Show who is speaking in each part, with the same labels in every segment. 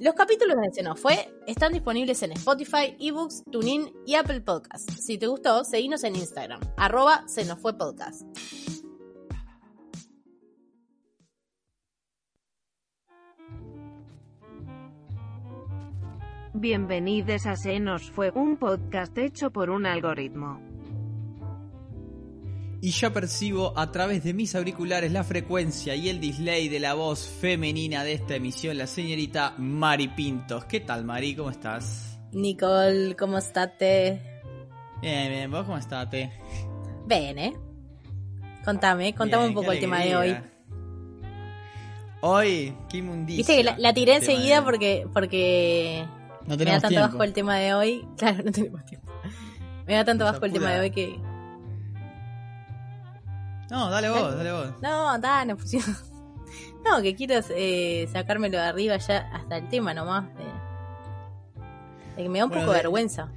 Speaker 1: Los capítulos de Se nos fue están disponibles en Spotify, eBooks, TuneIn y Apple Podcasts. Si te gustó, seguinos en Instagram, arroba Se nos fue podcast.
Speaker 2: Bienvenidos a Se nos fue, un podcast hecho por un algoritmo.
Speaker 3: Y ya percibo a través de mis auriculares la frecuencia y el display de la voz femenina de esta emisión, la señorita Mari Pintos. ¿Qué tal, Mari? ¿Cómo estás?
Speaker 1: Nicole, ¿cómo estás?
Speaker 3: Bien, bien, ¿vos cómo estás? Te?
Speaker 1: Bien, ¿eh? Contame, contame
Speaker 3: Bien,
Speaker 1: un poco
Speaker 3: qué
Speaker 1: el tema de hoy.
Speaker 3: alegría. Hoy, qué inmundicia.
Speaker 1: Viste que la, la tiré
Speaker 3: El tema de
Speaker 1: enseguida
Speaker 3: hoy.
Speaker 1: porque, porque
Speaker 3: No
Speaker 1: me da
Speaker 3: tenemos
Speaker 1: tanto
Speaker 3: tiempo.
Speaker 1: bajo el tema de hoy. Claro, no tenemos tiempo. Me da tanto
Speaker 3: Nos
Speaker 1: bajo el tema de
Speaker 3: apura.
Speaker 1: hoy que...
Speaker 3: No, dale vos, dale vos.
Speaker 1: No, da, no funciona. No, que quiero eh, sacármelo de arriba ya hasta el tema nomás. De, de que me da un
Speaker 3: Bueno,
Speaker 1: poco de
Speaker 3: de-
Speaker 1: vergüenza.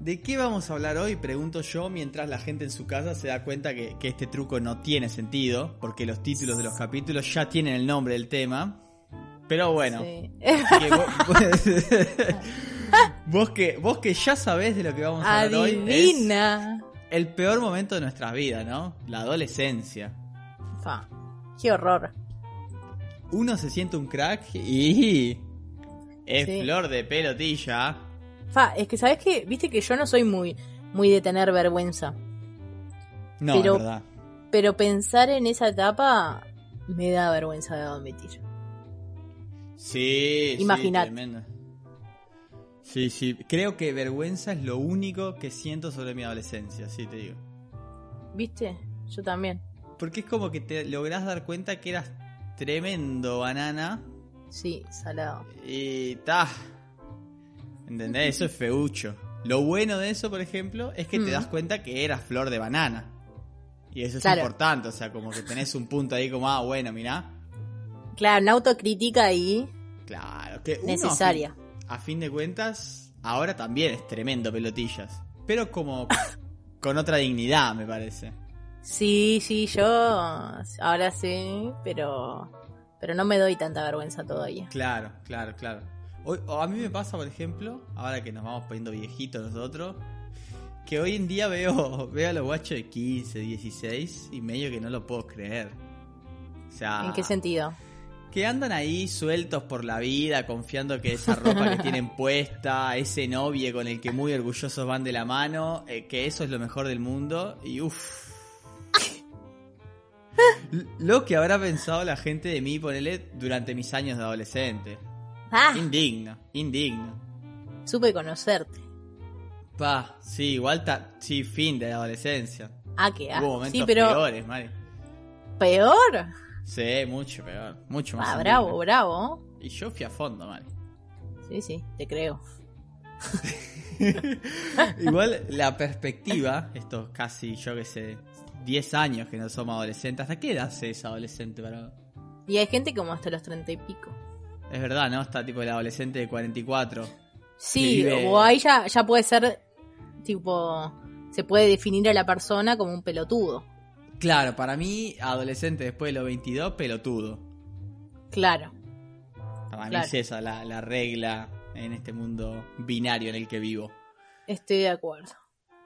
Speaker 3: ¿De qué vamos a hablar hoy? Pregunto yo mientras la gente en su casa se da cuenta que, que este truco no tiene sentido, porque los títulos de los capítulos ya tienen el nombre del tema. Pero bueno,
Speaker 1: Sí.
Speaker 3: que vos, vos que, vos que ya sabés de lo que vamos a hablar hoy, es
Speaker 1: Adivina.
Speaker 3: el peor momento de nuestras vidas, ¿no? La adolescencia.
Speaker 1: Fa, qué horror.
Speaker 3: Uno se siente un crack y es
Speaker 1: Sí.
Speaker 3: flor de pelotilla.
Speaker 1: Fa, es que sabes que, viste que yo no soy muy, muy de tener vergüenza.
Speaker 3: No,
Speaker 1: Pero-
Speaker 3: es verdad.
Speaker 1: Pero pensar en esa etapa me da vergüenza de admitir.
Speaker 3: Sí, sí,
Speaker 1: Imaginate.
Speaker 3: tremendo. Sí, sí, creo que vergüenza es lo único que siento sobre mi adolescencia, sí te digo.
Speaker 1: ¿Viste? Yo también.
Speaker 3: Porque es como que te lográs dar cuenta que eras tremendo banana
Speaker 1: Sí, salado.
Speaker 3: y ta. ¿Entendés? Eso es feucho. Lo bueno de eso, por ejemplo, es que
Speaker 1: Mm.
Speaker 3: te das cuenta que eras flor de banana. Y eso es
Speaker 1: Claro.
Speaker 3: importante, o sea, como que tenés un punto ahí como, ah, bueno, mirá.
Speaker 1: Claro, una autocrítica ahí
Speaker 3: Claro, que uno a fin-
Speaker 1: necesaria.
Speaker 3: a fin de cuentas, ahora también es tremendo pelotillas. Pero como con otra dignidad, me parece.
Speaker 1: Sí, sí, yo ahora sí, pero pero no me doy tanta vergüenza todavía.
Speaker 3: Claro, claro, claro. Hoy- o a mí me pasa, por ejemplo, ahora que nos vamos poniendo viejitos nosotros, que hoy en día veo, veo a los guachos de 15, 16 y medio que no lo puedo creer. O sea,
Speaker 1: ¿En qué sentido?
Speaker 3: que andan ahí sueltos por la vida, confiando que esa ropa que tienen puesta, ese novio con el que muy orgullosos van de la mano, eh, que eso es lo mejor del mundo, y uff. Lo que habrá pensado la gente de mí, ponele, durante mis años de adolescente.
Speaker 1: Ah,
Speaker 3: Indigno, indigno.
Speaker 1: supe conocerte.
Speaker 3: Pa, sí, igual ta, sí, fin de la adolescencia.
Speaker 1: Ah, que ah.
Speaker 3: Hubo momentos
Speaker 1: Sí, pero
Speaker 3: peores, Mari.
Speaker 1: peor.
Speaker 3: Sí, mucho peor, mucho más.
Speaker 1: Ah,
Speaker 3: indigno.
Speaker 1: bravo, bravo.
Speaker 3: Y yo fui a fondo, Mari.
Speaker 1: Sí, sí, te creo. Ah.
Speaker 3: Igual la perspectiva, estos casi, yo que sé, 10 años que no somos adolescentes, ¿hasta qué edad se es adolescente? Para...
Speaker 1: Y hay gente como hasta los treinta y pico.
Speaker 3: Es verdad, ¿no? Está tipo el adolescente de 44.
Speaker 1: Sí,
Speaker 3: Que vive-
Speaker 1: o ahí ya, ya puede ser tipo se puede definir a la persona como un pelotudo.
Speaker 3: Claro, para mí, adolescente después de los 22, pelotudo.
Speaker 1: Claro.
Speaker 3: Para mí
Speaker 1: Claro.
Speaker 3: es esa la, la regla en este mundo binario en el que vivo.
Speaker 1: Estoy de acuerdo.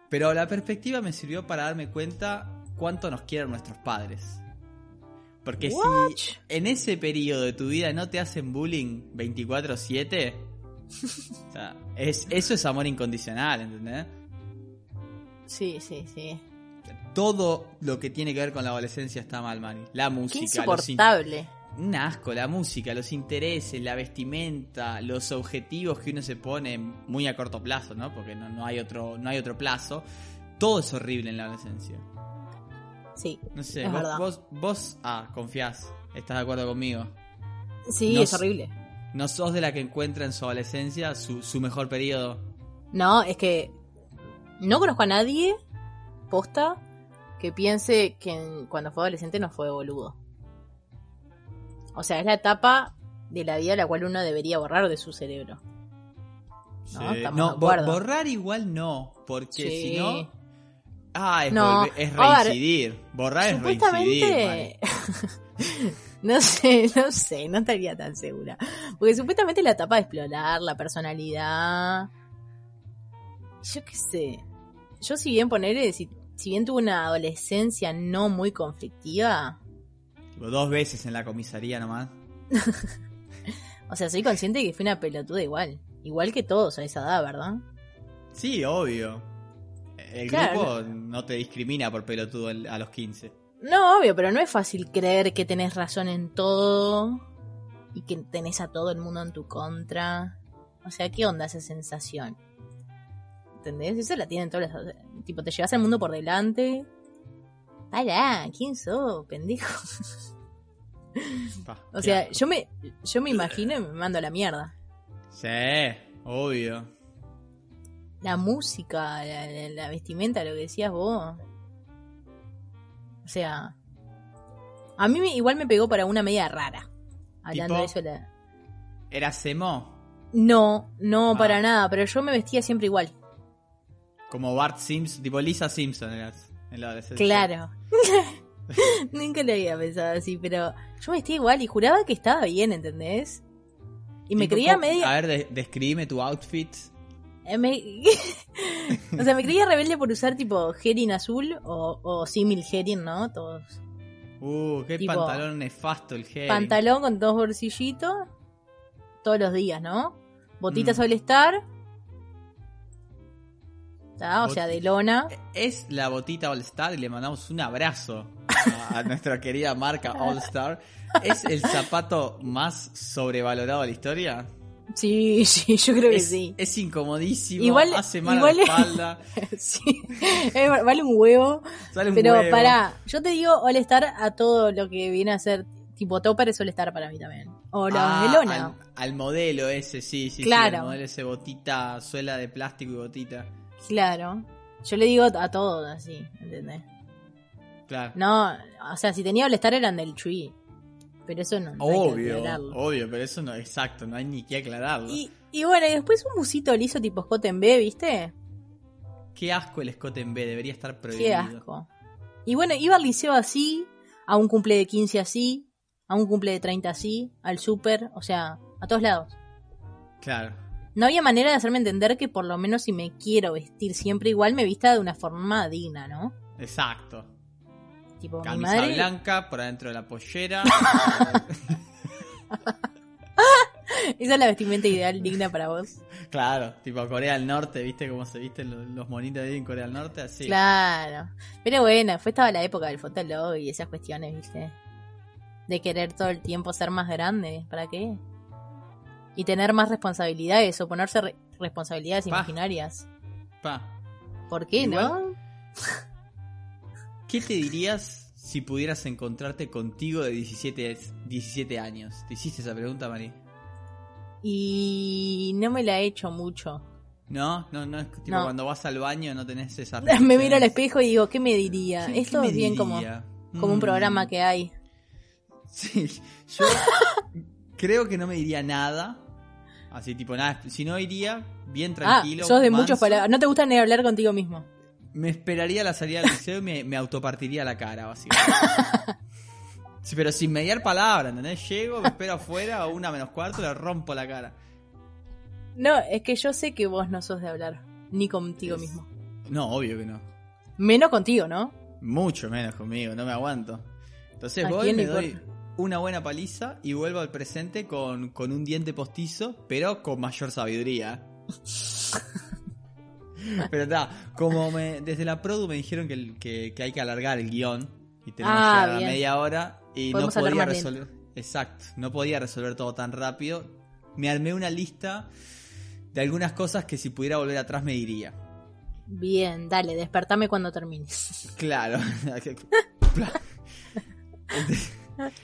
Speaker 3: Pero la perspectiva me sirvió para darme cuenta cuánto nos quieren nuestros padres. Porque si
Speaker 1: Watch.
Speaker 3: en ese periodo de tu vida no te hacen bullying 24-7, o sea, es, eso es amor incondicional, ¿entendés?
Speaker 1: Sí, sí, sí.
Speaker 3: Todo lo que tiene que ver con la adolescencia está mal, Mari. La
Speaker 1: Qué
Speaker 3: música, los in-
Speaker 1: insoportable.
Speaker 3: un asco, la música, los intereses, la vestimenta, los objetivos que uno se pone muy a corto plazo, ¿no? Porque no, no hay otro, no hay otro plazo. Todo es horrible en la adolescencia.
Speaker 1: Sí.
Speaker 3: No sé,
Speaker 1: Es
Speaker 3: vos,
Speaker 1: verdad.
Speaker 3: vos, vos- ah, confiás, estás de acuerdo conmigo.
Speaker 1: Sí,
Speaker 3: No
Speaker 1: es
Speaker 3: sé.
Speaker 1: horrible.
Speaker 3: No sos de la que encuentra en su adolescencia su, su mejor periodo.
Speaker 1: No, es que no conozco a nadie posta que piense que en- cuando fue adolescente no fue boludo. O sea, es la etapa de la vida la cual uno debería borrar de su cerebro.
Speaker 3: Sí.
Speaker 1: No, estamos de
Speaker 3: No, bo-
Speaker 1: acuerdo.
Speaker 3: borrar igual no, porque
Speaker 1: Sí.
Speaker 3: si no. Ah, es,
Speaker 1: No,
Speaker 3: volver- es
Speaker 1: a ver,
Speaker 3: reincidir. borrar es reincidir. Mari.
Speaker 1: Supuestamente. no sé, no sé, no estaría tan segura. Porque supuestamente la etapa de explorar, la personalidad. Yo qué sé. Yo, si bien ponerle, si, si bien tuve una adolescencia no muy conflictiva,
Speaker 3: Tipo, Dos veces en la comisaría nomás.
Speaker 1: o sea, soy consciente de que fui una pelotuda igual. Igual que todos a esa edad, ¿verdad?
Speaker 3: Sí, obvio. El
Speaker 1: Claro.
Speaker 3: grupo no te discrimina por pelotudo al- a los 15.
Speaker 1: No, obvio, pero no es fácil creer que tenés razón en todo y que tenés a todo el mundo en tu contra. O sea, ¿qué onda esa sensación? ¿Entendés? Esa la tienen todas las... Tipo, te llevas al mundo por delante. Pará, ¿quién sos, pendejo?
Speaker 3: Pa,
Speaker 1: O
Speaker 3: qué
Speaker 1: sea,
Speaker 3: asco.
Speaker 1: yo me, yo me imagino y me mando a la mierda.
Speaker 3: Sí, obvio.
Speaker 1: La música, la, la- la vestimenta, lo que decías vos. O sea... A mí me- igual me pegó para una media rara. Hablando de
Speaker 3: ¿Tipo?
Speaker 1: eso, la,
Speaker 3: Era Semo,
Speaker 1: No, no,
Speaker 3: Ah.
Speaker 1: para nada, pero yo me vestía siempre igual.
Speaker 3: como Bart Simpson, tipo Lisa Simpson eras en la adolescencia.
Speaker 1: Claro. Nunca lo había pensado así, pero yo me vestía igual y juraba que estaba bien, ¿entendés? Y me
Speaker 3: Tipo,
Speaker 1: creía
Speaker 3: ¿cómo- Ah. A
Speaker 1: media...
Speaker 3: ver, de- describime tu outfit.
Speaker 1: eh, me- o sea, me creía rebelde por usar tipo Gerin azul o, o simil Gerin, ¿no? Todos.
Speaker 3: Uh, qué
Speaker 1: Tipo,
Speaker 3: pantalón nefasto el gel.
Speaker 1: Pantalón con dos bolsillitos todos los días, ¿no? Botitas
Speaker 3: Mm.
Speaker 1: All Star. Ah, O sea, de
Speaker 3: Boti-
Speaker 1: lona.
Speaker 3: Es la botita All Star y le mandamos un abrazo a, a nuestra querida marca All Star. ¿Es el zapato más sobrevalorado de la historia?
Speaker 1: Sí, sí, yo creo que
Speaker 3: es,
Speaker 1: sí.
Speaker 3: es incomodísimo,
Speaker 1: Igual-
Speaker 3: hace mal
Speaker 1: igual-
Speaker 3: a la espalda,
Speaker 1: Sí, Eh, vale un huevo.
Speaker 3: sale un
Speaker 1: Pero
Speaker 3: huevo.
Speaker 1: pará, yo te digo All Star a todo lo que viene a ser tipo topper es All Star para mí también. O la
Speaker 3: Ah,
Speaker 1: de lona.
Speaker 3: Al, al modelo ese, sí, sí, sí.
Speaker 1: Claro.
Speaker 3: Al modelo ese, botita, suela de plástico y botita.
Speaker 1: Claro. Yo le digo a todos así, ¿entendés?
Speaker 3: Claro.
Speaker 1: No, o sea, si tenía All Star eran del Chui. Pero eso no, no hay que
Speaker 3: obvio,
Speaker 1: aclararlo.
Speaker 3: obvio, pero eso no, exacto, no hay ni que aclararlo.
Speaker 1: Y, y bueno, y después un busito liso tipo Scott en B, ¿viste?
Speaker 3: Qué asco el escote en B, debería estar prohibido.
Speaker 1: Qué asco. Y bueno, iba al liceo así, a un cumple de 15 así, a un cumple de 30 así, al súper, o sea, a todos lados.
Speaker 3: Claro.
Speaker 1: No había manera de hacerme entender que por lo menos si me quiero vestir siempre igual me vista de una forma digna, ¿no?
Speaker 3: Exacto.
Speaker 1: Tipo,
Speaker 3: Camisa
Speaker 1: mi madre.
Speaker 3: blanca por adentro de la pollera.
Speaker 1: Esa es la vestimenta ideal digna para vos.
Speaker 3: claro, tipo Corea del Norte, ¿viste cómo se visten los, los monitos ahí en Corea del Norte? Así.
Speaker 1: Claro. Pero bueno, fue estaba la época del fotolog y esas cuestiones, ¿viste? De querer todo el tiempo ser más grande, ¿para qué? Y tener más responsabilidades o ponerse re- responsabilidades
Speaker 3: Pa.
Speaker 1: imaginarias.
Speaker 3: Pa.
Speaker 1: ¿Por qué,
Speaker 3: Igual.
Speaker 1: no?
Speaker 3: ¿Qué te dirías si pudieras encontrarte contigo de 17, 17 años? ¿Te hiciste esa pregunta, Mari?
Speaker 1: Y no me la he hecho mucho.
Speaker 3: No, no, no es que, tipo
Speaker 1: No.
Speaker 3: cuando vas al baño no tenés esa
Speaker 1: Me miro al
Speaker 3: reflexión.
Speaker 1: espejo y digo, ¿qué me diría?
Speaker 3: ¿Qué-
Speaker 1: Esto
Speaker 3: qué me
Speaker 1: es bien como,
Speaker 3: diría?
Speaker 1: como un
Speaker 3: Mm.
Speaker 1: programa que hay.
Speaker 3: Sí, yo creo que no me diría nada. Así, tipo, nada. Si no iría, bien tranquilo.
Speaker 1: ah, sos de
Speaker 3: manso.
Speaker 1: muchos palabras. No te gusta ni hablar contigo mismo.
Speaker 3: Me esperaría la salida del liceo y me, me autopartiría la cara, básicamente. Sí, pero sin mediar palabra, ¿entendés? Llego, me espero afuera, a una menos cuarto, le rompo la cara.
Speaker 1: No, es que yo sé que vos no sos de hablar. Ni contigo
Speaker 3: Es-
Speaker 1: mismo.
Speaker 3: No, obvio que no.
Speaker 1: Menos contigo, ¿no?
Speaker 3: Mucho menos conmigo, no me aguanto. Entonces
Speaker 1: ¿A
Speaker 3: voy,
Speaker 1: quién
Speaker 3: me
Speaker 1: le
Speaker 3: doy
Speaker 1: importa?
Speaker 3: una buena paliza y vuelvo al presente con, con un diente postizo, pero con mayor sabiduría. Pero está, como me- desde la Produ me dijeron que, el- que- que hay que alargar el guión y tenemos
Speaker 1: Ah,
Speaker 3: que llegar a
Speaker 1: bien.
Speaker 3: media hora y no
Speaker 1: Podemos hablar
Speaker 3: podía
Speaker 1: más lento.
Speaker 3: resolver. Exacto, no podía resolver todo tan rápido. Me armé una lista de algunas cosas que si pudiera volver atrás me diría.
Speaker 1: Bien, dale, despertame cuando termines.
Speaker 3: Claro.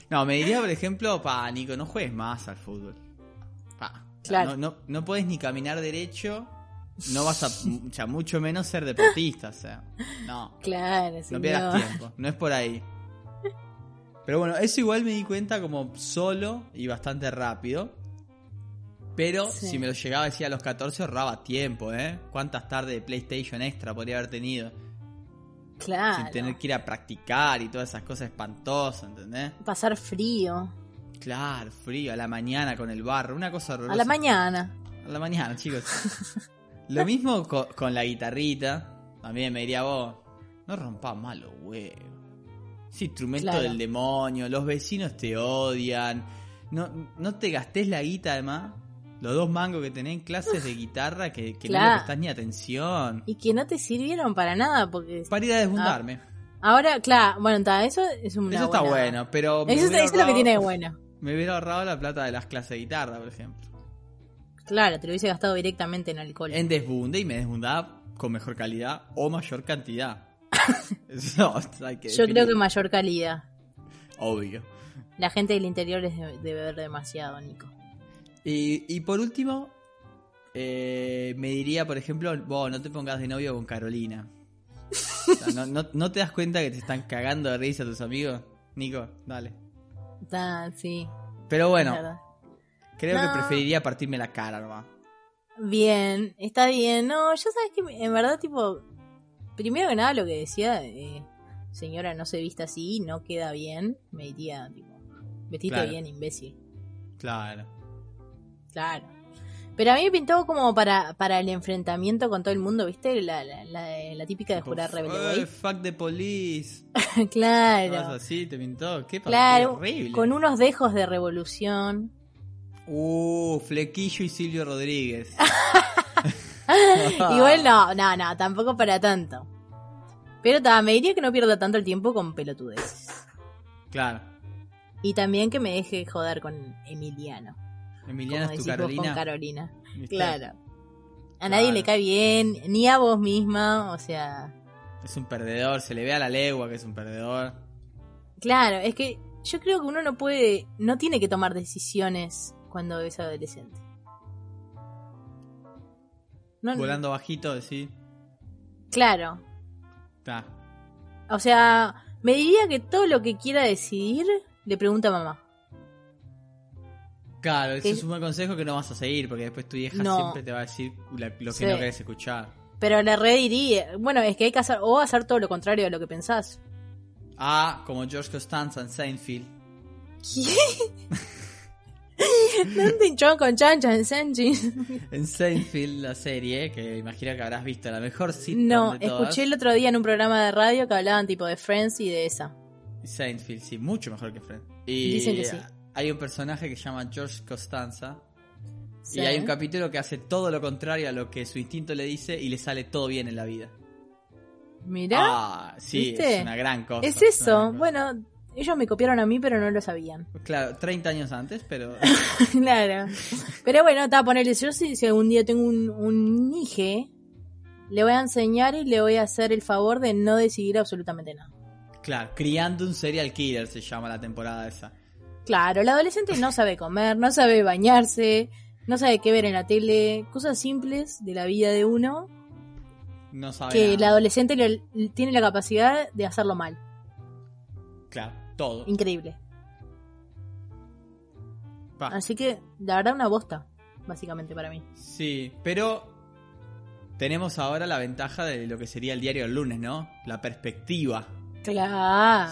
Speaker 3: no, me diría, por ejemplo, pa, Nico, no juegues más al fútbol. Pa,
Speaker 1: Claro.
Speaker 3: No, no, no podés ni caminar derecho, No vas a, o sea, mucho menos ser deportista, o sea, no.
Speaker 1: Claro,
Speaker 3: No
Speaker 1: señor.
Speaker 3: pierdas tiempo, no es por ahí. Pero bueno, eso igual me di cuenta como solo y bastante rápido. Pero
Speaker 1: Sí.
Speaker 3: si me lo llegaba a decir a los 14, ahorraba tiempo, ¿eh? ¿Cuántas tardes de PlayStation extra podría haber tenido?
Speaker 1: Claro.
Speaker 3: Sin tener que ir a practicar y todas esas cosas espantosas, ¿entendés?
Speaker 1: Pasar frío.
Speaker 3: Claro, frío, a la mañana con el barro, una cosa horrorosa.
Speaker 1: A la mañana.
Speaker 3: A la mañana, chicos. Lo mismo co- con, la guitarrita. También me diría vos, no rompas malo, los huevos. Ese instrumento
Speaker 1: Claro.
Speaker 3: del demonio, los vecinos te odian. No, no te gastes la guita, además. Los dos mangos que tenés en clases de guitarra que, que no
Speaker 1: Claro.
Speaker 3: le prestás ni atención.
Speaker 1: Y que no te sirvieron para nada, porque
Speaker 3: Para ir a desbundarme.
Speaker 1: ahora, claro, bueno, ta, eso es un
Speaker 3: eso está bueno, pero. me
Speaker 1: Eso, está-
Speaker 3: hubiera
Speaker 1: eso es lo que
Speaker 3: ahorrado-
Speaker 1: tiene de bueno.
Speaker 3: Me hubiera ahorrado la plata de las clases de guitarra, por ejemplo.
Speaker 1: Claro, te lo hubiese gastado directamente en alcohol.
Speaker 3: en desbunde y me desbundaba con mejor calidad o mayor cantidad. Eso hay que
Speaker 1: Yo creo que
Speaker 3: definir.
Speaker 1: mayor calidad.
Speaker 3: Obvio.
Speaker 1: La gente del interior es de, de beber demasiado, Nico.
Speaker 3: Y, y por último, eh, me diría, por ejemplo, vos no te pongas de novio con Carolina. O sea, ¿no, no, no te das cuenta que te están cagando de risa tus amigos? Nico, dale.
Speaker 1: Ta, sí.
Speaker 3: Pero
Speaker 1: es
Speaker 3: bueno,
Speaker 1: verdad.
Speaker 3: creo
Speaker 1: No.
Speaker 3: que preferiría partirme la cara nomás.
Speaker 1: Bien, está bien. No, ya sabes que en verdad, tipo, primero que nada lo que decía, eh, señora, no se vista así, no queda bien, me diría, tipo, vestite
Speaker 3: Claro.
Speaker 1: bien, imbécil.
Speaker 3: Claro.
Speaker 1: Claro. Pero a mí me pintó como para, para el enfrentamiento con todo el mundo, ¿viste? La, la, la- la típica de jurar
Speaker 3: Tipo,
Speaker 1: rebelde, güey.
Speaker 3: "Eh, fuck the police. Cosas
Speaker 1: claro.
Speaker 3: así, te pintó. Qué partido
Speaker 1: Claro,
Speaker 3: horrible.
Speaker 1: con unos dejos de revolución.
Speaker 3: Uh, Flequillo y Silvio Rodríguez.
Speaker 1: Igual no, no, no, tampoco para tanto. Pero ta, me diría que no pierda tanto el tiempo con pelotudeces.
Speaker 3: Claro.
Speaker 1: Y también que me deje joder con Emiliano.
Speaker 3: Emiliana
Speaker 1: Como
Speaker 3: es tu
Speaker 1: decís vos con
Speaker 3: Carolina.
Speaker 1: Carolina.
Speaker 3: ¿viste?
Speaker 1: Claro. A nadie
Speaker 3: Claro.
Speaker 1: le cae bien, ni a vos misma, o sea...
Speaker 3: Es un perdedor, se le ve a la legua que es un perdedor.
Speaker 1: Claro, es que yo creo que uno no puede, no tiene que tomar decisiones cuando es adolescente. No,
Speaker 3: Volando bajito, sí.
Speaker 1: Claro.
Speaker 3: Está.
Speaker 1: O sea, me diría que todo lo que quiera decidir le pregunta a mamá.
Speaker 3: Claro, ese
Speaker 1: Que-
Speaker 3: es un buen consejo que no vas a seguir, porque después tu vieja
Speaker 1: No.
Speaker 3: siempre te va a decir la- lo que
Speaker 1: Sí.
Speaker 3: no querés escuchar.
Speaker 1: Pero le rediría, bueno, es que hay que hacer, o hacer todo lo contrario de lo que pensás.
Speaker 3: Ah, como George Costanza en Seinfeld.
Speaker 1: ¿Qué? ¿Dónde chon con chancha en Senji?
Speaker 3: En Seinfeld, la serie, que imagino que habrás visto, la mejor sitcom
Speaker 1: No,
Speaker 3: de todas.
Speaker 1: escuché el otro día en un programa de radio que hablaban tipo de Friends y de esa.
Speaker 3: Seinfeld, sí, mucho mejor que Friends. Y
Speaker 1: Dicen que sí.
Speaker 3: hay un personaje que se llama George Costanza.
Speaker 1: Sí.
Speaker 3: Y hay un capítulo que hace todo lo contrario a lo que su instinto le dice y le sale todo bien en la vida.
Speaker 1: Mirá.
Speaker 3: Ah, sí,
Speaker 1: ¿Viste?
Speaker 3: es una gran cosa.
Speaker 1: Es
Speaker 3: una
Speaker 1: eso.
Speaker 3: gran cosa.
Speaker 1: Bueno, ellos me copiaron a mí, pero no lo sabían.
Speaker 3: Claro, 30 años antes, pero.
Speaker 1: claro. Pero bueno, está, ponerle. Yo, si, si algún día tengo un, un hije, le voy a enseñar y le voy a hacer el favor de no decidir absolutamente nada.
Speaker 3: claro, criando un serial killer se llama la temporada esa.
Speaker 1: Claro, el adolescente no sabe comer, no sabe bañarse, no sabe qué ver en la tele, cosas simples de la vida de uno
Speaker 3: No sabe.
Speaker 1: que el
Speaker 3: nada.
Speaker 1: adolescente le- tiene la capacidad de hacerlo mal.
Speaker 3: Claro, todo.
Speaker 1: Increíble.
Speaker 3: Pa.
Speaker 1: Así que, la verdad, una bosta, básicamente para mí.
Speaker 3: Sí, pero. Tenemos ahora la ventaja de lo que sería el diario del lunes, ¿no? La perspectiva.
Speaker 1: Claro.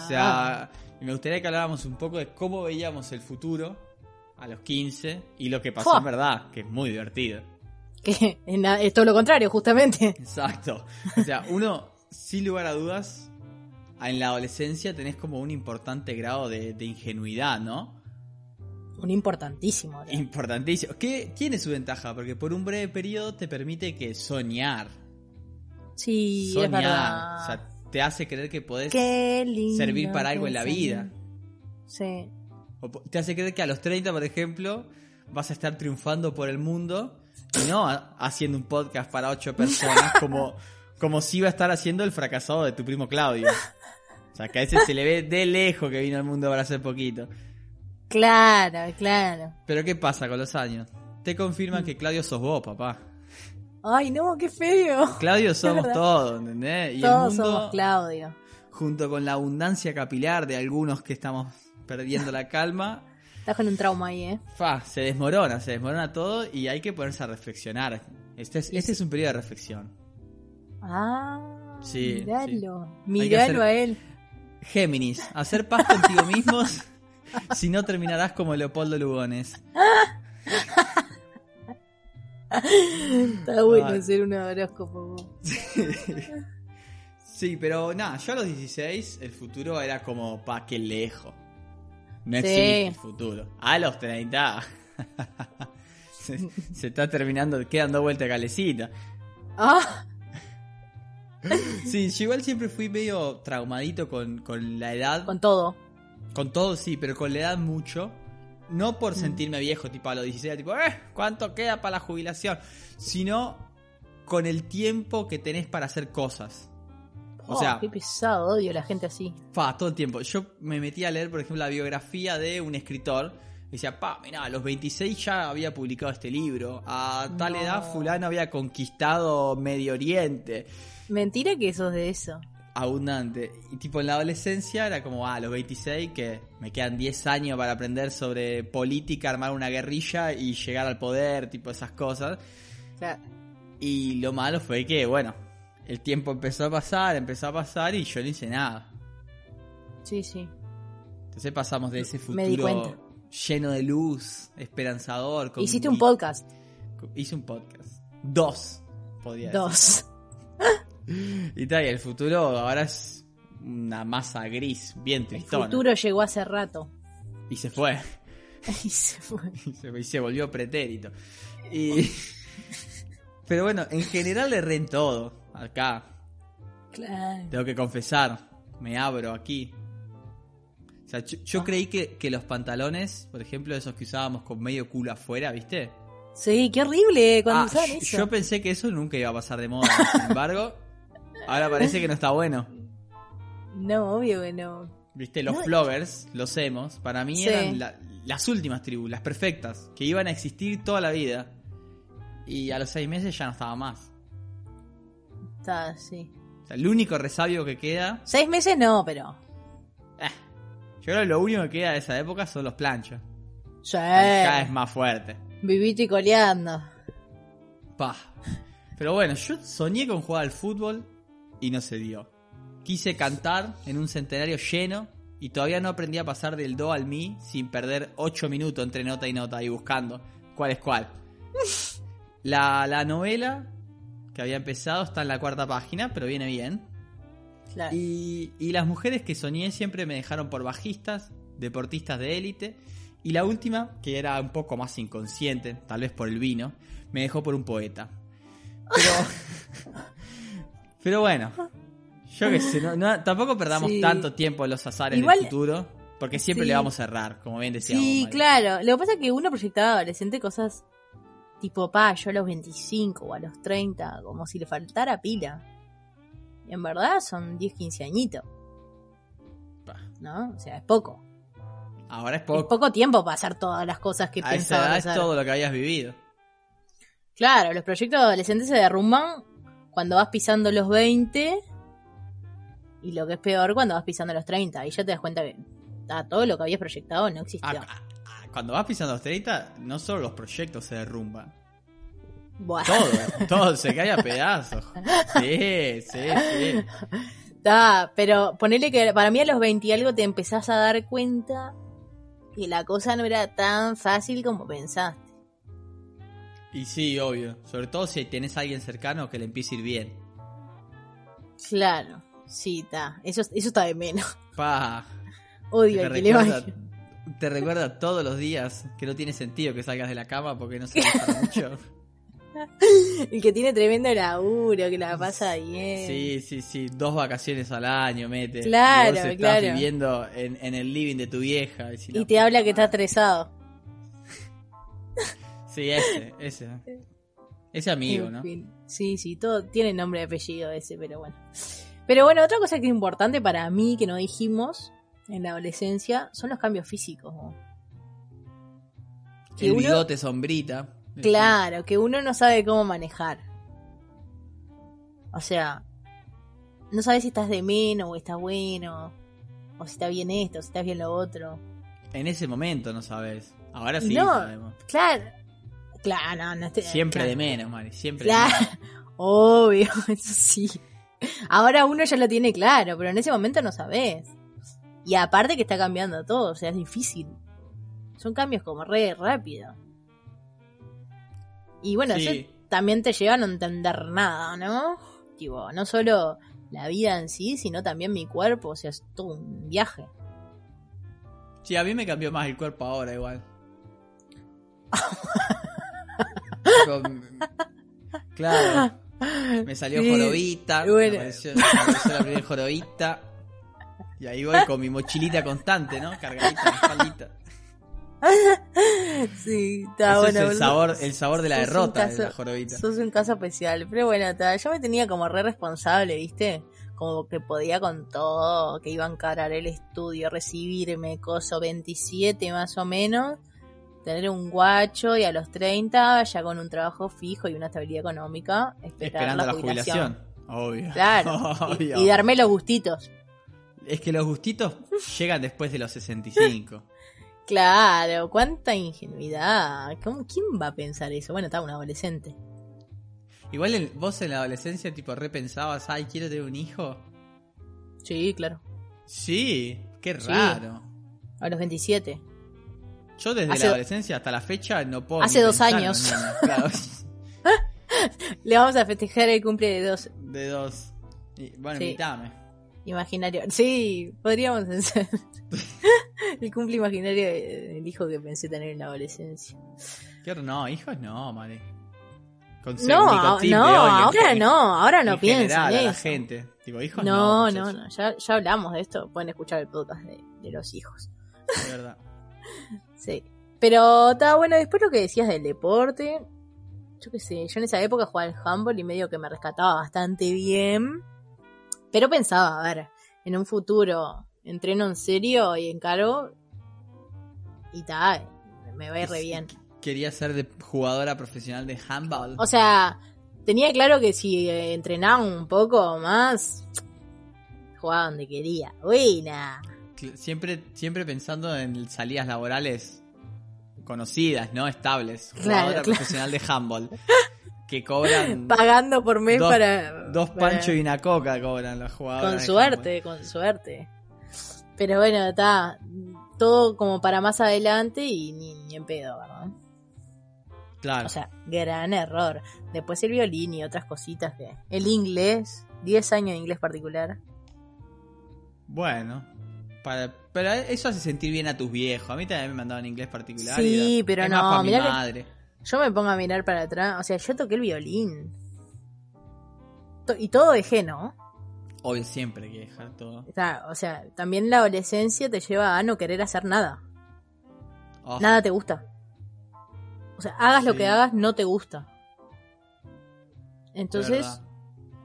Speaker 3: O
Speaker 1: Ah.
Speaker 3: sea, me gustaría que habláramos un poco de cómo veíamos el futuro a los 15 y lo que pasó
Speaker 1: Fua.
Speaker 3: en verdad, que es muy divertido.
Speaker 1: Que en la- es todo lo contrario, justamente.
Speaker 3: Exacto. O sea, uno, sin lugar a dudas, en la adolescencia tenés como un importante grado de, de ingenuidad, ¿no?
Speaker 1: Un importantísimo. ¿verdad?
Speaker 3: Importantísimo. Que tiene su ventaja, porque por un breve periodo te permite que soñar.
Speaker 1: Sí, es
Speaker 3: soñar.
Speaker 1: verdad.
Speaker 3: O sea, te hace creer que podés...
Speaker 1: Qué lindo
Speaker 3: servir para algo en la vida.
Speaker 1: Sí.
Speaker 3: O po- te hace creer que a los 30, por ejemplo, vas a estar triunfando por el mundo y no ha- haciendo un podcast para ocho personas como, como si iba a estar haciendo el fracasado de tu primo Claudio. O sea, que a ese se le ve de lejos que vino al mundo para hace poquito.
Speaker 1: Claro, claro.
Speaker 3: Pero ¿qué pasa con los años? Te confirman que Claudio sos vos, papá.
Speaker 1: Ay, no, qué feo.
Speaker 3: Claudio somos
Speaker 1: verdad.
Speaker 3: todos, ¿entendés? Y
Speaker 1: Todos
Speaker 3: el mundo,
Speaker 1: somos Claudio.
Speaker 3: junto con la abundancia capilar de algunos que estamos perdiendo la calma,
Speaker 1: Estás con un trauma ahí, ¿eh?
Speaker 3: fa, se desmorona, se desmorona todo y hay que ponerse a reflexionar. Este es,
Speaker 1: Y
Speaker 3: este
Speaker 1: sí.
Speaker 3: es un periodo de reflexión.
Speaker 1: Ah,
Speaker 3: Sí,
Speaker 1: míralo.
Speaker 3: Hay que
Speaker 1: Míralo
Speaker 3: hacer-
Speaker 1: a él.
Speaker 3: Géminis, hacer paz contigo mismos si no terminarás como Leopoldo Lugones.
Speaker 1: Está bueno
Speaker 3: Ay.
Speaker 1: hacer un horóscopo.
Speaker 3: Sí, pero nada, yo a los 16 el futuro era como pa' que lejos. No
Speaker 1: Sí.
Speaker 3: existe el futuro. A los 30 se, se está terminando, quedan dos vueltas de calecita.
Speaker 1: Ah,
Speaker 3: Sí, yo igual siempre fui medio traumadito con, con la edad.
Speaker 1: con todo.
Speaker 3: Con todo sí, pero con la edad mucho. No por sentirme viejo, tipo a los 16, tipo, eh, ¿cuánto queda para la jubilación? Sino con el tiempo que tenés para hacer cosas. O
Speaker 1: Oh,
Speaker 3: sea,
Speaker 1: qué pesado, odio a la gente así.
Speaker 3: Fa, todo el tiempo. Yo me metí a leer, por ejemplo, la biografía de un escritor. Y Decía, pa, mirá, a los 26 ya había publicado este libro. A tal
Speaker 1: No.
Speaker 3: edad fulano había conquistado Medio Oriente.
Speaker 1: Mentira que sos de eso.
Speaker 3: Abundante. Y tipo en la adolescencia era como, ah, a los 26 que me quedan 10 años para aprender sobre política, armar una guerrilla y llegar al poder, tipo esas cosas.
Speaker 1: O sea,
Speaker 3: Y lo malo fue que, bueno, el tiempo empezó a pasar, empezó a pasar y yo no hice nada.
Speaker 1: sí, sí.
Speaker 3: Entonces pasamos de ese
Speaker 1: Me di
Speaker 3: futuro lleno de luz, esperanzador. con-
Speaker 1: Hiciste un podcast.
Speaker 3: con- Hice un podcast. Dos, podría
Speaker 1: Dos.
Speaker 3: decir. Y tal, y el futuro ahora es una masa gris, bien
Speaker 1: El
Speaker 3: tristona.
Speaker 1: futuro llegó hace rato.
Speaker 3: Y se fue.
Speaker 1: Y se fue.
Speaker 3: Y se, y se volvió pretérito. Y... Pero bueno, en general le en todo. Acá,
Speaker 1: Claro.
Speaker 3: Tengo que confesar, me abro aquí. O sea, yo,
Speaker 1: Ah.
Speaker 3: yo creí que, que los pantalones, por ejemplo, esos que usábamos con medio culo afuera, ¿viste?
Speaker 1: Sí, qué horrible eh, cuando
Speaker 3: Ah,
Speaker 1: usaban
Speaker 3: yo-
Speaker 1: eso.
Speaker 3: Yo pensé que eso nunca iba a pasar de moda. Sin embargo, ahora parece que no está bueno.
Speaker 1: No, obvio que no.
Speaker 3: ¿Viste? Los
Speaker 1: No, y-
Speaker 3: floggers, los emos, para mí
Speaker 1: Sí.
Speaker 3: eran la- las últimas tribus, las perfectas, que iban a existir toda la vida. Y a los seis meses ya no estaba más.
Speaker 1: Está así.
Speaker 3: O sea, el único resabio que queda.
Speaker 1: Seis meses no, pero.
Speaker 3: eh, yo creo que lo único que queda de esa época son los planchos.
Speaker 1: Sí.
Speaker 3: Cada vez más fuerte.
Speaker 1: Vivito y coleando.
Speaker 3: Pa. Pero bueno, yo soñé con jugar al fútbol y no se dio. Quise cantar en un centenario lleno y todavía no aprendí a pasar del do al mi sin perder 8 minutos entre nota y nota y buscando cuál es cuál. La, la novela que había empezado está en la cuarta página, pero viene bien.
Speaker 1: Claro.
Speaker 3: Y, y las mujeres que soñé siempre me dejaron por bajistas, deportistas de élite. Y la última, que era un poco más inconsciente, tal vez por el vino, me dejó por un poeta. Pero, pero bueno, yo qué sé, no- no- tampoco perdamos
Speaker 1: Sí.
Speaker 3: tanto tiempo en los azares
Speaker 1: Igual-
Speaker 3: del futuro, porque siempre
Speaker 1: Sí.
Speaker 3: le vamos a errar, como bien decíamos.
Speaker 1: Sí,
Speaker 3: Mari.
Speaker 1: claro. Lo que pasa es que uno proyectaba adolescente cosas tipo, pa, yo a los 25 o a los 30, como si le faltara pila. Y en verdad son 10, 15 añitos,
Speaker 3: Pa,
Speaker 1: ¿no? O sea, es poco.
Speaker 3: Ahora es
Speaker 1: Es
Speaker 3: poco.
Speaker 1: poco tiempo para hacer todas las cosas que
Speaker 3: a esa edad
Speaker 1: pensabas
Speaker 3: es
Speaker 1: hacer.
Speaker 3: todo lo que habías vivido.
Speaker 1: Claro, los proyectos adolescentes se derrumban cuando vas pisando los 20 y lo que es peor, cuando vas pisando los 30. Y ya te das cuenta que ah, todo lo que habías proyectado no
Speaker 3: Ah,
Speaker 1: existió.
Speaker 3: ah, ah, Cuando vas pisando los 30, no solo los proyectos se derrumban.
Speaker 1: Buah.
Speaker 3: Todo, todo se cae a pedazos. Sí, sí, sí.
Speaker 1: Ta, pero ponele que para mí a los 20 y algo te empezás a dar cuenta que la cosa no era tan fácil como pensaste.
Speaker 3: Y sí, obvio. Sobre todo si tenés a alguien cercano que le empiece a ir bien.
Speaker 1: Claro, sí, está. Eso, eso está de menos.
Speaker 3: Pa.
Speaker 1: Odio
Speaker 3: Te
Speaker 1: al que le vaya.
Speaker 3: recuerda, te recuerda todos los días que no tiene sentido que salgas de la cama porque no se para mucho.
Speaker 1: El que tiene tremendo laburo, que la pasa bien.
Speaker 3: Sí, sí, sí. Dos vacaciones al año, mete. y
Speaker 1: Claro,
Speaker 3: vos estás
Speaker 1: claro.
Speaker 3: viviendo en, en el living de tu vieja. si la
Speaker 1: Y te
Speaker 3: puta
Speaker 1: habla que está
Speaker 3: madre.
Speaker 1: estresado.
Speaker 3: Sí, ese, ese. Ese amigo,
Speaker 1: En
Speaker 3: ¿no?
Speaker 1: fin. Sí, sí, todo tiene nombre y apellido ese, pero bueno. Pero bueno, otra cosa que es importante para mí que no dijimos en la adolescencia son los cambios físicos. ¿no? que
Speaker 3: El
Speaker 1: uno-
Speaker 3: bigote sombrita.
Speaker 1: Claro, que uno no sabe cómo manejar. O sea, no sabes si estás de menos o estás bueno, o si está bien esto, o si está bien lo otro.
Speaker 3: En ese momento no sabes. Ahora sí
Speaker 1: No.
Speaker 3: sabemos.
Speaker 1: Claro, claro, no, no estoy-
Speaker 3: Siempre
Speaker 1: claro.
Speaker 3: de menos, Mari. Siempre de
Speaker 1: Claro,
Speaker 3: menos.
Speaker 1: obvio, eso sí. Ahora uno ya lo tiene claro, pero en ese momento no sabes. Y aparte que está cambiando todo, o sea, es difícil. Son cambios como re rápido. Y bueno,
Speaker 3: Sí.
Speaker 1: eso también te lleva a no entender nada, ¿no? Tipo, no solo la vida en sí, sino también mi cuerpo, o sea, es todo un viaje.
Speaker 3: Sí, a mí me cambió más el cuerpo ahora igual. Con- mm, Claro. Me salió
Speaker 1: Sí,
Speaker 3: jorobita.
Speaker 1: bueno.
Speaker 3: Me apareció, me apareció la primera jorobita. Y ahí voy con mi mochilita constante, ¿no? Cargadita, en la espaldita.
Speaker 1: Sí, está
Speaker 3: Ese
Speaker 1: bueno.
Speaker 3: es el
Speaker 1: boludo.
Speaker 3: sabor, el sabor de la
Speaker 1: Sos un
Speaker 3: derrota de la
Speaker 1: caso-
Speaker 3: jorobita.
Speaker 1: Sos un caso especial. Pero bueno, ta, yo me tenía como re responsable, ¿viste? Como que podía con todo, que iba a encarar el estudio, recibirme, coso, 27 más o menos, tener un guacho y a los 30 ya con un trabajo fijo y una estabilidad económica, esperar
Speaker 3: Esperando la jubilación. Obvio.
Speaker 1: Claro. y-
Speaker 3: Obvio.
Speaker 1: y, darme los gustitos.
Speaker 3: Es que los gustitos llegan después de los 65.
Speaker 1: Claro, cuánta ingenuidad. ¿Cómo- ¿Quién va a pensar eso? Bueno, estaba un adolescente.
Speaker 3: Igual en- vos en la adolescencia, tipo, repensabas, ay, quiero tener un hijo.
Speaker 1: Sí, claro.
Speaker 3: Sí, qué
Speaker 1: Sí.
Speaker 3: raro.
Speaker 1: A los 27.
Speaker 3: Yo desde
Speaker 1: Hace-
Speaker 3: la adolescencia hasta la fecha no puedo. ni
Speaker 1: Hace dos
Speaker 3: pensar en
Speaker 1: años.
Speaker 3: un niño, claro.
Speaker 1: Le vamos a festejar el cumple de dos
Speaker 3: de dos. Y, bueno,
Speaker 1: Sí.
Speaker 3: invítame.
Speaker 1: imaginarios. Sí, podríamos hacer el cumple imaginario de- del hijo que pensé tener en la adolescencia.
Speaker 3: Qué r- no, hijos no, madre. Con
Speaker 1: No, a- no, ahora no, ahora no pienso
Speaker 3: piensa
Speaker 1: en
Speaker 3: a la
Speaker 1: eso.
Speaker 3: gente. Tipo, hijos no.
Speaker 1: No, no,
Speaker 3: muchachos,
Speaker 1: no, ya, ya hablamos de esto. Pueden escuchar el podcast de, de los hijos.
Speaker 3: de verdad.
Speaker 1: Sí. Pero está bueno, después lo que decías del deporte. Yo qué sé, yo en esa época jugaba al handball y medio que me rescataba bastante bien. Pero pensaba, a ver, en un futuro entreno en serio y encaro. Y ta, me va a ir re
Speaker 3: Sí.
Speaker 1: bien.
Speaker 3: Quería ser de- jugadora profesional de handball.
Speaker 1: O sea, tenía claro que si eh, entrenaba un poco más, jugaba donde quería. Buena.
Speaker 3: Cl- Siempre, siempre pensando en salidas laborales conocidas, ¿no? Estables.
Speaker 1: Claro,
Speaker 3: Jugadora
Speaker 1: claro.
Speaker 3: profesional de handball. Que cobran
Speaker 1: Pagando por mes
Speaker 3: Dos-
Speaker 1: para.
Speaker 3: dos
Speaker 1: para-
Speaker 3: panchos y una coca cobran los jugadores.
Speaker 1: Con
Speaker 3: de
Speaker 1: suerte, con suerte. Pero bueno, está. Todo como para más adelante y ni, ni en pedo, ¿verdad?
Speaker 3: handball. Claro.
Speaker 1: O sea, gran error. Después el violín y otras cositas que. El inglés, 10 años de inglés particular.
Speaker 3: Bueno, para, pero eso hace sentir bien a tus viejos. A mí también me mandaban inglés particular.
Speaker 1: Sí,
Speaker 3: y era-
Speaker 1: pero
Speaker 3: es
Speaker 1: no,
Speaker 3: más pa' mi
Speaker 1: mirá que-
Speaker 3: madre.
Speaker 1: Yo me pongo a mirar para atrás. O sea, yo toqué el violín. To- y todo dejé, ¿no?
Speaker 3: Obvio, siempre hay que dejar todo.
Speaker 1: Está, o sea, también la adolescencia te lleva a no querer hacer nada.
Speaker 3: Oh,
Speaker 1: Nada te gusta. O sea, hagas lo
Speaker 3: Sí.
Speaker 1: que hagas, no te gusta. Entonces,
Speaker 3: de verdad.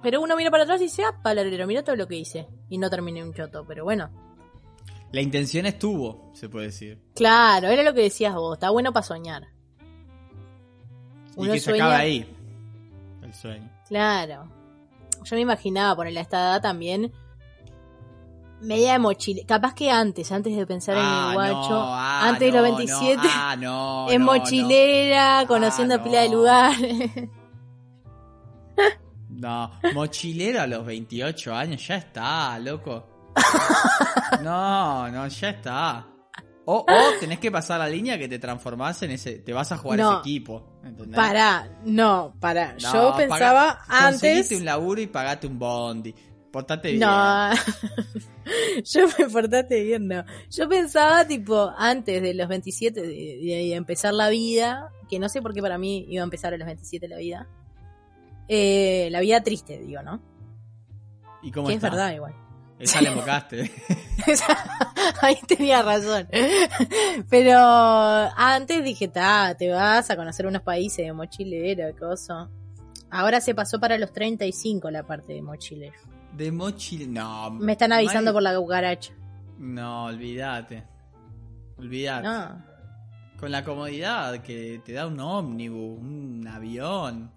Speaker 1: pero uno mira para atrás y dice, ah, palarero, mira todo lo que hice. Y no terminé un choto, pero bueno.
Speaker 3: La intención estuvo, se puede decir.
Speaker 1: Claro, era lo que decías vos, está bueno para soñar.
Speaker 3: y
Speaker 1: Uno
Speaker 3: que se
Speaker 1: sueña-
Speaker 3: acaba ahí. El sueño.
Speaker 1: Claro. Yo me imaginaba ponerle a esta edad también media de mochila. Capaz que antes, antes de pensar en el guacho,
Speaker 3: no, ah,
Speaker 1: antes de los
Speaker 3: no,
Speaker 1: 27,
Speaker 3: No, ah, no,
Speaker 1: en
Speaker 3: no, Ah,
Speaker 1: mochilera, conociendo
Speaker 3: no.
Speaker 1: pila de lugares.
Speaker 3: No. no, mochilero a los 28 años, ya está, loco. No, no, ya está. O, o tenés que pasar la línea que te transformás en ese. Te vas a jugar
Speaker 1: No.
Speaker 3: ese equipo. ¿entendés?
Speaker 1: Pará, no, pará.
Speaker 3: No,
Speaker 1: Yo
Speaker 3: paga-
Speaker 1: pensaba antes.
Speaker 3: Conseguiste un laburo y pagate un bondi. Portate bien.
Speaker 1: No, yo me portaste bien, no. Yo pensaba, tipo, antes de los 27, de, de empezar la vida, que no sé por qué para mí iba a empezar a los 27 la vida. Eh, la vida triste, digo, ¿no?
Speaker 3: ¿Y cómo
Speaker 1: Que es
Speaker 3: está?
Speaker 1: verdad, igual.
Speaker 3: Esa la invocaste.
Speaker 1: Ahí tenía razón. Pero antes dije, ta, te vas a conocer unos países de mochilero, cosa. Ahora se pasó para los 35 la parte de mochilero.
Speaker 3: De mochil. No.
Speaker 1: Me están avisando
Speaker 3: Mari-
Speaker 1: por la cucaracha.
Speaker 3: No, olvídate. Olvídate.
Speaker 1: No.
Speaker 3: Con la comodidad que te da un ómnibus, un avión.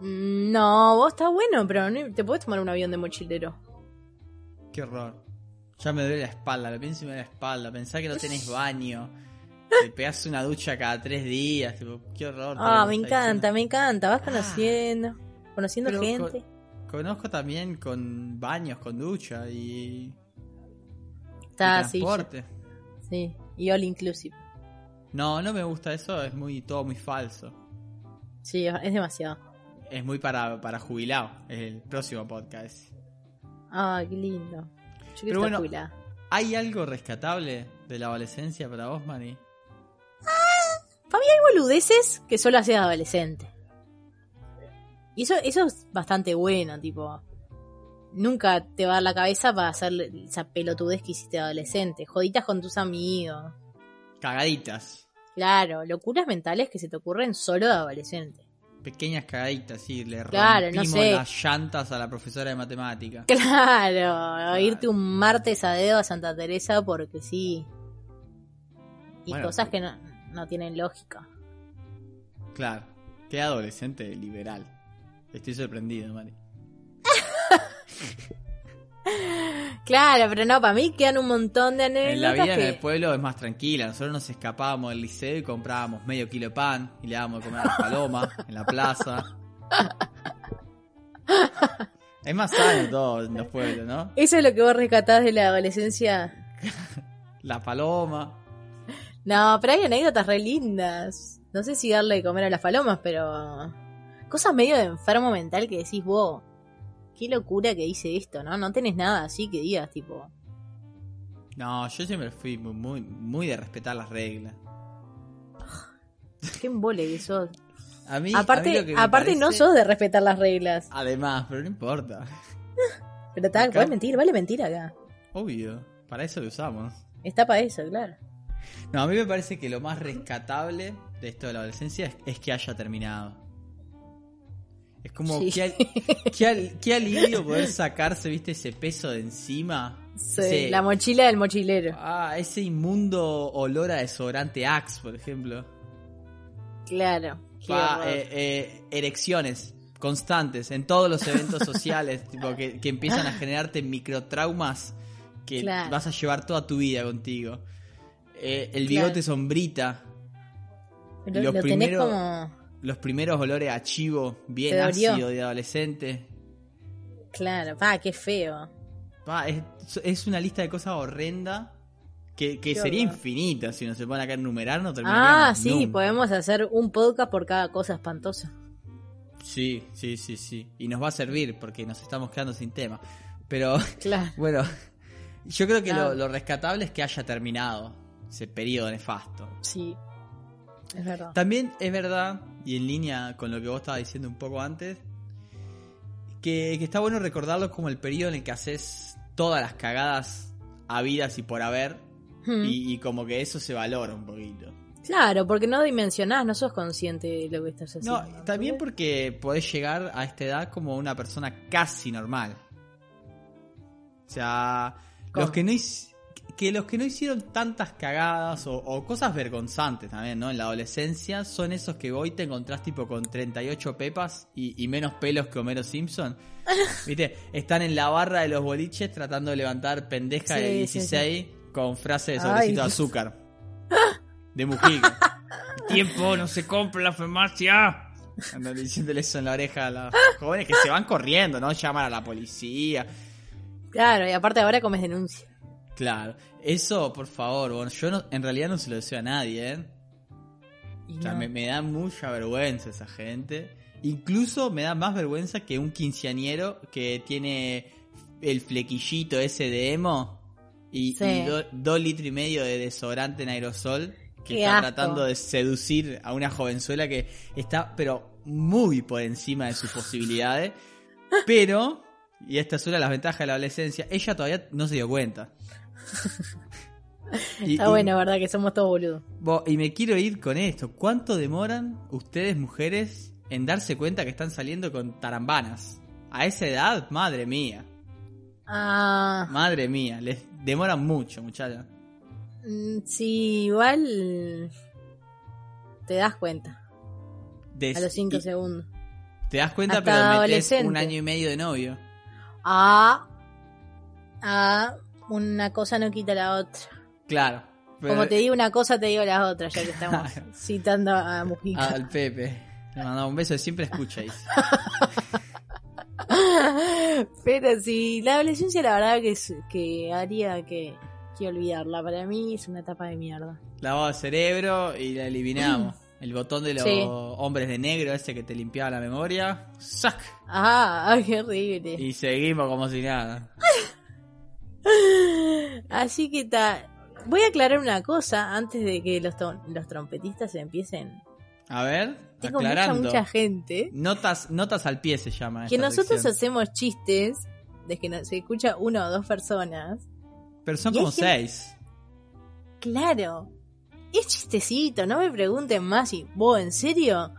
Speaker 1: Mm, No, vos está bueno, pero no- te puedes tomar un avión de mochilero.
Speaker 3: Qué horror. Ya me duele la espalda, lo pienso y me duele la espalda. Pensá que no tenés baño. Te pegás una ducha cada tres días. tipo, qué horror.
Speaker 1: Ah,
Speaker 3: todo
Speaker 1: me
Speaker 3: lo que está
Speaker 1: encanta,
Speaker 3: diciendo.
Speaker 1: me encanta. Vas
Speaker 3: Ah.
Speaker 1: conociendo, conociendo
Speaker 3: Pero
Speaker 1: gente.
Speaker 3: Conozco también con baños, con ducha y, y
Speaker 1: Está así.
Speaker 3: transporte.
Speaker 1: Sí, y all inclusive.
Speaker 3: No, no me gusta eso, es muy todo muy falso.
Speaker 1: Sí, es demasiado.
Speaker 3: Es muy para, para jubilado, es el próximo podcast.
Speaker 1: Ah, qué lindo. Yo
Speaker 3: Pero
Speaker 1: quiero
Speaker 3: bueno.
Speaker 1: estar jubilada.
Speaker 3: ¿Hay algo rescatable de la adolescencia para vos, Mari?
Speaker 1: Hay boludeces que solo haces adolescente. Y eso, eso es bastante bueno, tipo. Nunca te va a dar la cabeza para hacer esa pelotudez que hiciste de adolescente. Joditas con tus amigos.
Speaker 3: Cagaditas.
Speaker 1: Claro, locuras mentales que se te ocurren solo de adolescente.
Speaker 3: Pequeñas cagaditas, sí. Le
Speaker 1: Claro, no
Speaker 3: rompimos
Speaker 1: sé.
Speaker 3: las llantas a la profesora de matemática.
Speaker 1: Claro, irte un martes a dedo a Santa Teresa porque sí. Y
Speaker 3: Bueno.
Speaker 1: cosas que no, no tienen lógica.
Speaker 3: Claro. Qué adolescente liberal. Estoy sorprendido, Mari.
Speaker 1: Eh, Claro, pero no, para mí quedan un montón de anécdotas
Speaker 3: En la vida en
Speaker 1: que-
Speaker 3: el pueblo es más tranquila. Nosotros nos escapábamos del liceo y comprábamos medio kilo de pan y le dábamos de comer a las palomas en la plaza. Es más sano todo en los pueblos, ¿no?
Speaker 1: Eso es lo que vos rescatás de la adolescencia.
Speaker 3: La paloma.
Speaker 1: No, pero hay anécdotas re lindas. No sé si darle de comer a las palomas, pero... Cosas medio de enfermo mental que decís vos. Qué locura que hice esto, ¿no? No tenés nada así que digas, tipo...
Speaker 3: No, yo siempre fui muy, muy, muy de respetar las reglas.
Speaker 1: Qué embole que sos.
Speaker 3: A mí, a mí
Speaker 1: aparte
Speaker 3: lo que me
Speaker 1: aparte no
Speaker 3: parece-
Speaker 1: sos de respetar las reglas.
Speaker 3: Además, pero no importa.
Speaker 1: Pero tal,
Speaker 3: Acá-
Speaker 1: podés mentir, vale mentir acá.
Speaker 3: Obvio, para eso lo usamos.
Speaker 1: Está para eso, claro.
Speaker 3: No, a mí me parece que lo más rescatable de esto de la adolescencia es, es que haya terminado. Es como
Speaker 1: Sí.
Speaker 3: que qué, al- qué alivio poder sacarse, viste, ese peso de encima.
Speaker 1: Sí,
Speaker 3: Ese-
Speaker 1: La mochila del mochilero.
Speaker 3: ah, ese inmundo olor a desodorante Axe, por ejemplo.
Speaker 1: Claro. Qué
Speaker 3: Pa,
Speaker 1: horror.
Speaker 3: eh, eh, erecciones constantes en todos los eventos sociales, tipo que, que empiezan a generarte microtraumas que
Speaker 1: Claro.
Speaker 3: vas a llevar toda tu vida contigo. Eh, el
Speaker 1: Claro.
Speaker 3: bigote sombrita,
Speaker 1: Lo,
Speaker 3: lo
Speaker 1: lo tenés
Speaker 3: primero-
Speaker 1: como...
Speaker 3: los primeros olores a chivo, bien
Speaker 1: Te dolió.
Speaker 3: ácido de adolescente.
Speaker 1: Claro, pa, qué feo.
Speaker 3: Pa, es, es una lista de cosas horrenda que, que
Speaker 1: Qué
Speaker 3: sería
Speaker 1: horror.
Speaker 3: infinita si no se ponen acá a enumerar, no
Speaker 1: Ah,
Speaker 3: terminaríamos
Speaker 1: sí,
Speaker 3: nunca.
Speaker 1: podemos hacer un podcast por cada cosa espantosa.
Speaker 3: Sí, sí, sí, sí. Y nos va a servir porque nos estamos quedando sin tema. Pero
Speaker 1: Claro.
Speaker 3: Bueno, yo creo que
Speaker 1: Claro.
Speaker 3: lo, lo rescatable es que haya terminado ese periodo nefasto.
Speaker 1: Sí. Es verdad.
Speaker 3: También es verdad, y en línea con lo que vos estabas diciendo un poco antes, que, que está bueno recordarlo como el periodo en el que haces todas las cagadas habidas y por haber,
Speaker 1: Hmm.
Speaker 3: y, y como que eso se valora un poquito.
Speaker 1: Claro, porque no dimensionás, no sos consciente de lo que estás haciendo.
Speaker 3: No, también porque podés llegar a esta edad como una persona casi normal. O sea,
Speaker 1: ¿Cómo?
Speaker 3: los que no hic- que los que no hicieron tantas cagadas o, o cosas vergonzantes también, ¿no? En la adolescencia son esos que hoy te encontrás tipo con 38 pepas y, y menos pelos que Homero Simpson. ¿Viste? Están en la barra de los boliches tratando de levantar pendeja de
Speaker 1: Sí, sí, sí.
Speaker 3: 16 con frase de sobrecito
Speaker 1: Ay.
Speaker 3: de azúcar. De Mujica. Tiempo, no se compra en la farmacia. Andan diciéndole eso en la oreja a los jóvenes que se van corriendo, ¿no? Llaman a la policía.
Speaker 1: Claro, y aparte ahora comes denuncia.
Speaker 3: Claro. Eso, por favor, bueno, yo no- en realidad no se lo deseo a nadie, ¿eh?
Speaker 1: Y
Speaker 3: O sea,
Speaker 1: no.
Speaker 3: me, me da mucha vergüenza esa gente. Incluso me da más vergüenza que un quinceañero que tiene el flequillito ese de emo y,
Speaker 1: Sí.
Speaker 3: y do- dos litros y medio de desodorante en aerosol que
Speaker 1: Qué
Speaker 3: está
Speaker 1: asco.
Speaker 3: tratando de seducir a una jovenzuela que está, pero muy por encima de sus posibilidades. Pero, y esta es una de las ventajas de la adolescencia, ella todavía no se dio cuenta. Y-
Speaker 1: Está
Speaker 3: y-
Speaker 1: bueno, verdad, que somos todos boludos.
Speaker 3: Bo- y me quiero ir con esto. ¿Cuánto demoran ustedes, mujeres, en darse cuenta que están saliendo con tarambanas? A esa edad, madre mía.
Speaker 1: Ah,
Speaker 3: Madre mía. Les demoran mucho, muchachos.
Speaker 1: mm, sí, igual te das cuenta.
Speaker 3: De-
Speaker 1: A los 5
Speaker 3: y-
Speaker 1: segundos.
Speaker 3: Te das cuenta,
Speaker 1: Hasta
Speaker 3: pero metes
Speaker 1: adolescente.
Speaker 3: un año y medio de novio.
Speaker 1: Ah, ah, una cosa no quita la otra.
Speaker 3: Claro. pero-
Speaker 1: Como te digo una cosa, te digo la otra, ya que estamos citando a Mujica.
Speaker 3: Al Pepe. Le mandaba un beso y siempre escucháis.
Speaker 1: Pero sí, la adolescencia la verdad que, es- que haría que, que olvidarla. Para mí es una etapa de mierda.
Speaker 3: Lavado de cerebro y la eliminamos. El botón de los
Speaker 1: Sí.
Speaker 3: hombres de negro ese que te limpiaba la memoria. ¡Sac!
Speaker 1: Ah, ay, qué horrible.
Speaker 3: Y seguimos como si nada.
Speaker 1: Así que ta- Voy a aclarar una cosa antes de que los, to- los trompetistas empiecen.
Speaker 3: A ver,
Speaker 1: Tengo mucha,
Speaker 3: aclarando.
Speaker 1: mucha gente
Speaker 3: Notas, notas al pie se llama.
Speaker 1: que
Speaker 3: esta
Speaker 1: nosotros
Speaker 3: sección.
Speaker 1: hacemos chistes de que nos escucha una o dos personas.
Speaker 3: Pero son
Speaker 1: y hay
Speaker 3: como
Speaker 1: gente-
Speaker 3: seis.
Speaker 1: Claro. Es chistecito, no me pregunten más. Y vos, ¿en serio?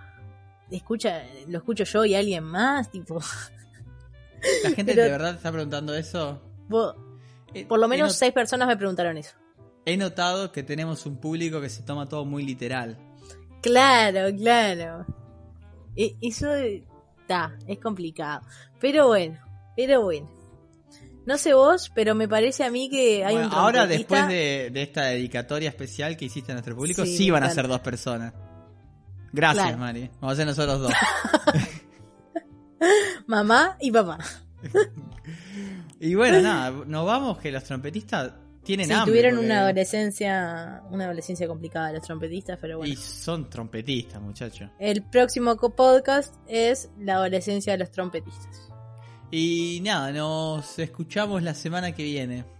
Speaker 1: Escucha, lo escucho yo y alguien más, tipo,
Speaker 3: La gente
Speaker 1: Pero-
Speaker 3: de verdad te está preguntando eso.
Speaker 1: vos-
Speaker 3: Eh,
Speaker 1: por lo
Speaker 3: he
Speaker 1: menos
Speaker 3: not-
Speaker 1: seis personas me preguntaron eso.
Speaker 3: He notado que tenemos un público que se toma todo muy literal.
Speaker 1: Claro, claro. E- eso está, es complicado. Pero bueno, pero bueno. No sé vos, pero me parece a mí que hay
Speaker 3: Bueno,
Speaker 1: un
Speaker 3: ahora,
Speaker 1: trompetista-
Speaker 3: después de, de esta dedicatoria especial que hiciste a nuestro público,
Speaker 1: Sí,
Speaker 3: sí,
Speaker 1: me
Speaker 3: van a
Speaker 1: encanta.
Speaker 3: ser dos personas. Gracias,
Speaker 1: Claro.
Speaker 3: Mari. Vamos a ser nosotros dos.
Speaker 1: mamá y papá.
Speaker 3: Y bueno, nada, nos vamos que los trompetistas tienen
Speaker 1: Sí,
Speaker 3: hambre.
Speaker 1: tuvieron
Speaker 3: porque-
Speaker 1: una adolescencia, una adolescencia complicada los trompetistas, pero bueno.
Speaker 3: Y son trompetistas, muchachos.
Speaker 1: El próximo co- podcast es La adolescencia de los trompetistas.
Speaker 3: Y nada, nos escuchamos la semana que viene.